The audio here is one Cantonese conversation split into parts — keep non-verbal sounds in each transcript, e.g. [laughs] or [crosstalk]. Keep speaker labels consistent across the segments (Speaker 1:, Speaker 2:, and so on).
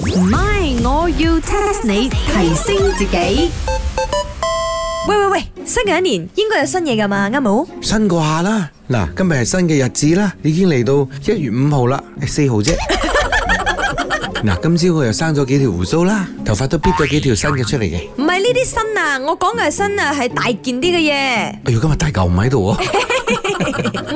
Speaker 1: 唔係，我要 test 你提升自己。
Speaker 2: 喂喂喂，新嘅一年應該有新嘢噶嘛，啱冇？
Speaker 3: 新過下啦，嗱，今日係新嘅日子啦，已經嚟到一月五號啦，誒四號啫。嗱，今朝我又生咗幾條鬍鬚啦，頭髮都逼咗幾條新嘅出嚟嘅。
Speaker 2: 唔係呢啲新啊，我講嘅係新啊，係大件啲嘅嘢，
Speaker 3: 哎呦，今日大舊唔喺度喎，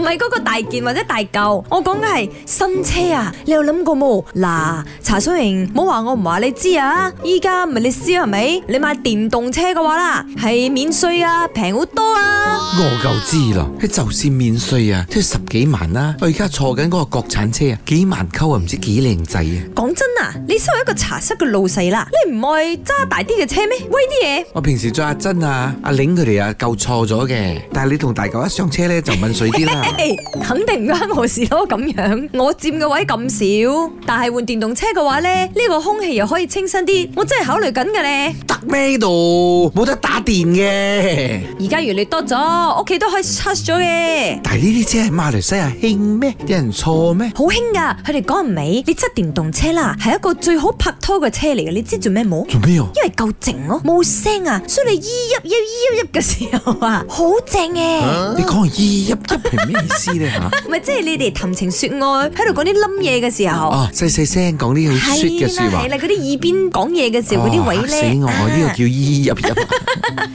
Speaker 2: 唔係嗰個大件或者大舊，我講嘅係新車啊，你有諗過冇？嗱，查雖然唔好話我唔話你知啊，依家唔係你知係咪？你買電動車嘅話啦，係免稅啊，平好多
Speaker 1: 哦
Speaker 2: 啊。
Speaker 3: 我夠知咯，就算免稅啊，都要十幾萬啦。我而家坐緊嗰個國產車啊，幾萬溝啊，唔知幾靚仔啊！
Speaker 2: 講真啊，你身為一個茶室嘅老細啦，你唔愛揸大啲嘅車咩？威啲嘢！
Speaker 3: 我平時載阿珍啊、阿玲佢哋啊，夠錯咗嘅。但係你同大舊一上車咧，就問水啲啦。
Speaker 2: [laughs] 誒肯定唔關我事咯，咁樣我佔嘅位咁少，但係換電動車嘅話咧，呢、個空氣又可以清新啲，我真係考慮緊嘅咧。
Speaker 3: 得咩呢度？冇得打電嘅。
Speaker 2: 而家越嚟多咗，屋企都可以 charge 咗嘅，
Speaker 3: 但係呢啲車喺馬來西亞興咩？有人錯咩？
Speaker 2: 好興噶。佢哋講唔起，你揸電動車啦，係一個最好拍拖嘅車嚟嘅，你知做咩冇？
Speaker 3: 做咩啊？
Speaker 2: 因為夠靜咯，冇聲啊，所以你咿泣咿咿泣嘅時候啊，好正嘅。
Speaker 3: 你講依一噏係咩意思
Speaker 2: [laughs]
Speaker 3: 咧吓？
Speaker 2: 咪即係你哋談情說愛喺度講啲冧嘢嘅時候，
Speaker 3: 哦，細細聲講啲好 sweet 嘅
Speaker 2: 係
Speaker 3: 説
Speaker 2: 啦
Speaker 3: 話
Speaker 2: 係。啦，嗰啲耳邊講嘢嘅時候嗰啲位
Speaker 3: 哦嚇
Speaker 2: 咧，
Speaker 3: 死我！
Speaker 2: [laughs]
Speaker 3: 我呢個
Speaker 2: 啊
Speaker 3: 叫依入入。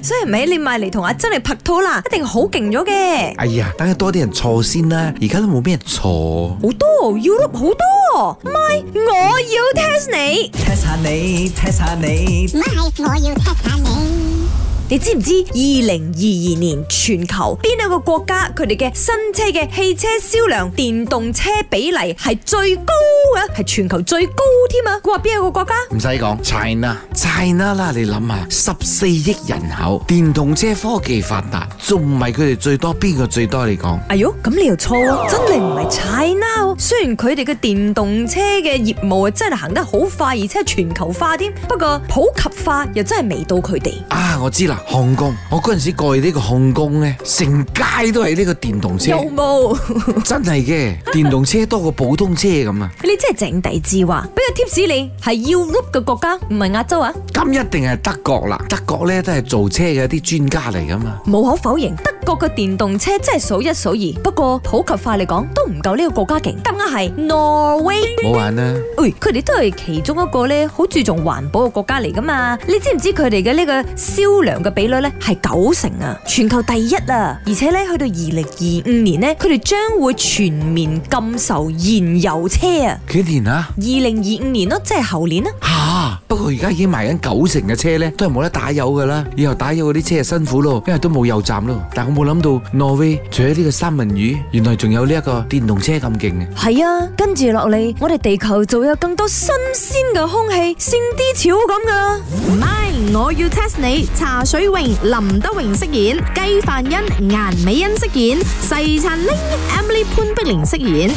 Speaker 2: 所以咪你買嚟同阿珍嚟拍拖啦，一定好勁咗嘅，
Speaker 3: 哎呀，等佢多啲人錯先啦，而家都冇咩人錯。
Speaker 2: 好多要碌好多，唔係我要 test 你，
Speaker 4: test 下你，test 下你
Speaker 5: My，我要 test 下你。
Speaker 2: 你知唔知二零二二年全球邊一個國家佢哋嘅新車嘅汽車銷量電動車比例係最高嘅，係全球最高添啊！佢話邊一個國家？
Speaker 3: 唔使講，China，China 啦，你諗下，十四億人口，電動車科技發達，仲唔係佢哋最多？邊個最多？你講？
Speaker 2: 哎喲，咁你又錯喎，真係唔係 China 喎。雖然佢哋嘅電動車嘅業務啊真係行得好快，而且係全球化添，不過普及化又真係未到佢哋。
Speaker 3: 啊，我知啦，香港，我嗰陣時過去呢個香港呢，成街都係呢個電動車
Speaker 2: 有。冇？ [laughs]
Speaker 3: 真係嘅，電動車多過普通車咁啊！
Speaker 2: 你真係井底之蛙。俾個 tips 你，係 Europe 嘅國家，唔係亞洲啊。
Speaker 3: 咁一定係德國啦，德國咧都係造車嘅一啲專家嚟噶嘛。
Speaker 2: 無可否認，德國嘅電動車真係數一數二。不過普及化嚟講，都唔夠呢個國家勁。答啱係挪威。
Speaker 3: 冇玩啦，
Speaker 2: 喂，佢哋都係其中一個咧，好注重環保嘅國家嚟噶嘛？你知唔知佢哋嘅呢個銷量嘅比率咧係九成啊，全球第一啊！而且咧，去到二零二五年咧，佢哋將會全面禁售燃油車啊！
Speaker 3: 幾年啊？
Speaker 2: 二零二五年咯，即係後年啦。
Speaker 3: 吓、不過而家已經賣緊九成嘅車咧，都係冇得打油噶啦。以後打油嗰啲車就辛苦咯，因為都冇油站咯。但我冇諗到挪威除咗呢個三文魚，原來仲有呢一個電動車咁勁嘅。
Speaker 2: 係啊，跟住落嚟，我哋地球就會有更多新鮮嘅空氣，升啲潮咁噶。
Speaker 1: 唔係，我要 test 你。茶水榮、林德榮飾演，雞范欣、顏美欣飾演，細燦玲、Emily 潘碧玲飾演。